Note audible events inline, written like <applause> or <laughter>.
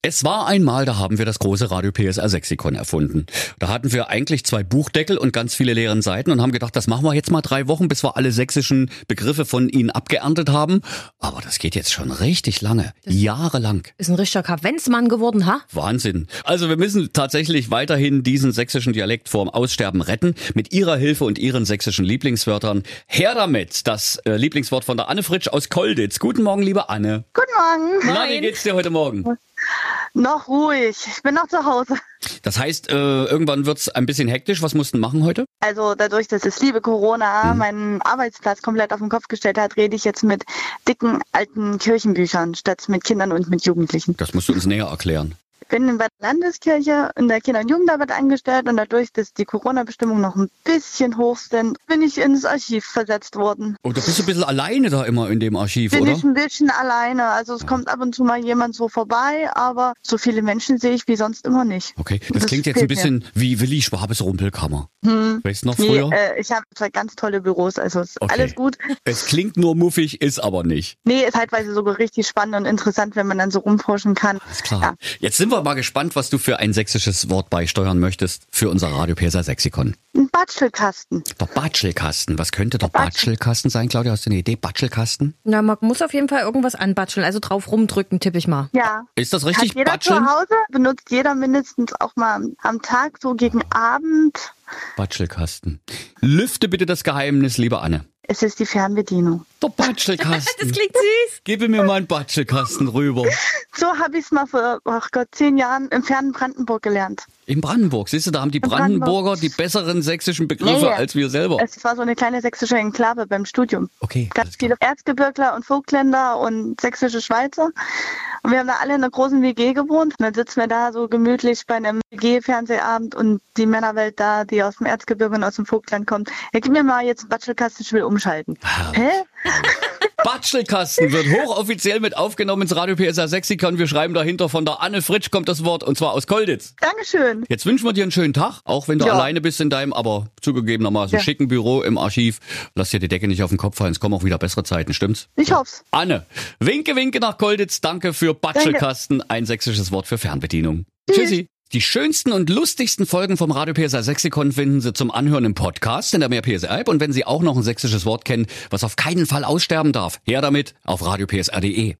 Es war einmal, da haben wir das große Radio PSR Sexikon erfunden. Da hatten wir eigentlich zwei Buchdeckel und ganz viele leeren Seiten und haben gedacht, das machen wir jetzt mal drei Wochen, bis wir alle sächsischen Begriffe von ihnen abgeerntet haben. Aber das geht jetzt schon richtig lange, jahrelang. Ist ein richtiger Kavenzmann geworden, ha? Wahnsinn. Also wir müssen tatsächlich weiterhin diesen sächsischen Dialekt vorm Aussterben retten. Mit ihrer Hilfe und ihren sächsischen Lieblingswörtern. Her damit, das äh, Lieblingswort von der Anne Fritsch aus Kolditz. Guten Morgen, liebe Anne. Guten Morgen. Na, wie geht's dir heute Morgen? Noch ruhig. Ich bin noch zu Hause. Das heißt, äh, irgendwann wird's ein bisschen hektisch. Was mussten machen heute? Also dadurch, dass es liebe Corona Mhm. meinen Arbeitsplatz komplett auf den Kopf gestellt hat, rede ich jetzt mit dicken alten Kirchenbüchern statt mit Kindern und mit Jugendlichen. Das musst du uns näher erklären. Ich bin bei der Landeskirche in der Kinder- und Jugendarbeit angestellt und dadurch, dass die Corona-Bestimmungen noch ein bisschen hoch sind, bin ich ins Archiv versetzt worden. Oh, da bist du ein bisschen alleine da immer in dem Archiv, Bin oder? ich ein bisschen alleine. Also es kommt ab und zu mal jemand so vorbei, aber so viele Menschen sehe ich wie sonst immer nicht. Okay, das, Das klingt jetzt ein fehlt bisschen wie Willi Schwabes Rumpelkammer. Weißt du noch Nee, früher? äh, ich habe zwei ganz tolle Büros, also ist Okay. alles gut. es klingt nur muffig, ist aber nicht. Nee, ist teilweise sogar richtig spannend und interessant, wenn man dann so rumforschen kann. Ist klar. Ja. Jetzt sind wir mal gespannt, was du für ein sächsisches Wort beisteuern möchtest für unser Radio PSA Sexikon. Ein Batschelkasten. Der Batschelkasten. Was könnte der Batschelkasten sein? Claudia, hast du eine Idee? Batschelkasten? Na, man muss auf jeden Fall irgendwas anbatscheln, also drauf rumdrücken, tippe ich mal. Ja. Ist das Hat richtig? jeder Batscheln? zu Hause, benutzt jeder mindestens auch mal am Tag, so gegen Abend. Batschelkasten. Lüfte bitte das Geheimnis, liebe Anne. Es ist die Fernbedienung. <laughs> Der Batschelkasten. Klingt süß. Gebe mir mal einen Batschelkasten rüber. So habe ich es mal vor ach Gott, zehn Jahren im fernen Brandenburg gelernt. In Brandenburg, siehst du, da haben die Brandenburger die besseren sächsischen Begriffe Ja, ja. als wir selber. Es war so eine kleine sächsische Enklave beim Studium. Okay. Ganz viele Erzgebirgler und Vogtländer und sächsische Schweizer. Und wir haben da alle in einer großen WG gewohnt. Und dann sitzen wir da so gemütlich bei einem WG-Fernsehabend und die Männerwelt da, die aus dem Erzgebirge und aus dem Vogtland kommt. Ja, gib mir mal jetzt einen Batschelkasten, ich will umschalten. Hä? Batschelkasten wird hochoffiziell mit aufgenommen ins Radio PSA Sexikon. Wir schreiben dahinter von der Anne Fritsch kommt das Wort und zwar aus Kolditz. Dankeschön. Jetzt wünschen wir dir einen schönen Tag, auch wenn du Ja. alleine bist in deinem, aber zugegebenermaßen Ja. schicken Büro im Archiv. Lass dir die Decke nicht auf den Kopf fallen, es kommen auch wieder bessere Zeiten, stimmt's? Ich hoff's. Anne, winke, winke nach Kolditz. Danke für Batschelkasten, ein sächsisches Wort für Fernbedienung. Tschüssi. Die schönsten und lustigsten Folgen vom Radio PSR Sexikon finden Sie zum Anhören im Podcast in der Mehr PSR App. Und wenn Sie auch noch ein sächsisches Wort kennen, was auf keinen Fall aussterben darf, her damit auf radiopsr.de.